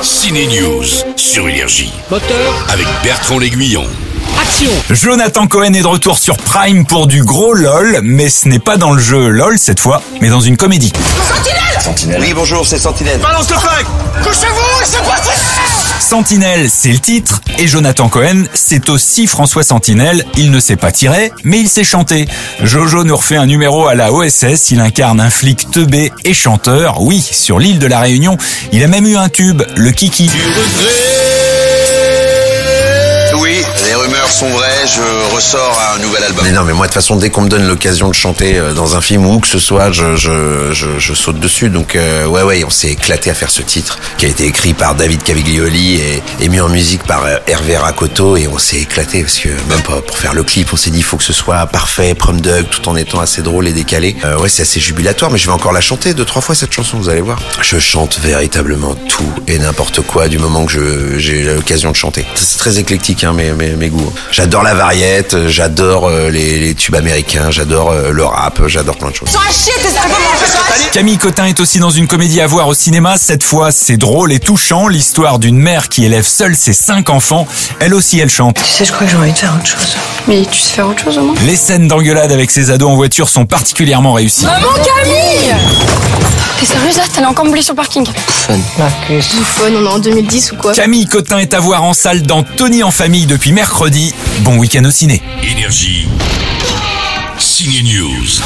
Ciné News sur Énergie Moteur, avec Bertrand L'Aiguillon. action Jonathan Cohen est de retour sur Prime pour du gros LOL, mais ce n'est pas dans le jeu LOL cette fois, mais dans une comédie. Oui, bonjour, c'est Sentinelle. Sentinelle, c'est le titre, et Jonathan Cohen, c'est aussi François Sentinelle, il ne sait pas tirer, mais il sait chanter. Jojo nous refait un numéro à la OSS, il incarne un flic teubé et chanteur, oui, sur l'île de la Réunion, il a même eu un tube, le Kiki. Oui, les rumeurs sont vraies, je ressors un nouvel album. Mais non, mais moi, de toute façon, dès qu'on me donne l'occasion de chanter euh, dans un film ou où que ce soit, je, je, je, je saute dessus. Donc, euh, ouais, ouais, on s'est éclaté à faire ce titre qui a été écrit par David Caviglioli et, et mis en musique par euh, Hervé Racoto. Et on s'est éclaté parce que même pas pour faire le clip, on s'est dit, il faut que ce soit parfait, prom dog, tout en étant assez drôle et décalé. Euh, ouais, c'est assez jubilatoire, mais je vais encore la chanter deux, trois fois cette chanson, vous allez voir. Je chante véritablement tout et n'importe quoi du moment que je- j'ai l'occasion de chanter. Ça, C'est très éclectique, hein, mes, mes, mes goûts. J'adore la variette, euh, j'adore euh, les, les tubes américains, j'adore euh, le rap, euh, j'adore plein de choses. Camille Cotin est aussi dans une comédie à voir au cinéma. Cette fois, c'est drôle et touchant, l'histoire d'une mère qui élève seule ses cinq enfants. Elle aussi, elle chante. Tu sais, je crois que j'ai envie de faire autre chose. Mais tu sais faire autre chose au moins Les scènes d'engueulade avec ses ados en voiture sont particulièrement réussies. T'es sérieuse là T'allais encore me blesser sur le parking Bouffonne, on est en 2010 ou quoi Camille Cotin est à voir en salle dans Tony en famille depuis mercredi. Bon week-end au ciné. Énergie. Ciné News.